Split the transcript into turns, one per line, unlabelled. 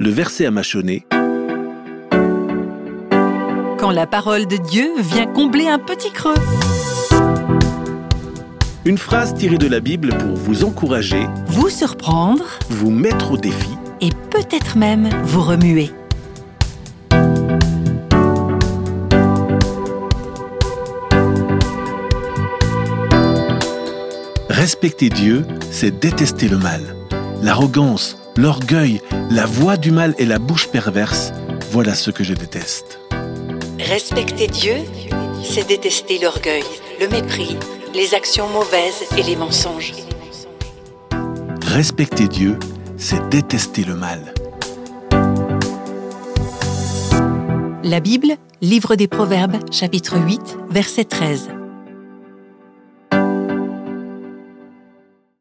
Le verset à mâchonner,
Quand la parole de Dieu vient combler un petit creux.
une phrase tirée de la Bible pour vous encourager,
Vous surprendre
vous mettre au défi.
et peut-être même vous remuer.
Respecter Dieu, c'est détester le mal. L'arrogance, l'orgueil, la voix du mal et la bouche perverse, voilà ce que je déteste.
Respecter Dieu, c'est détester l'orgueil, le mépris, les actions mauvaises et les mensonges.
Respecter Dieu, c'est détester le mal.
La Bible, livre des Proverbes, chapitre 8, verset 13.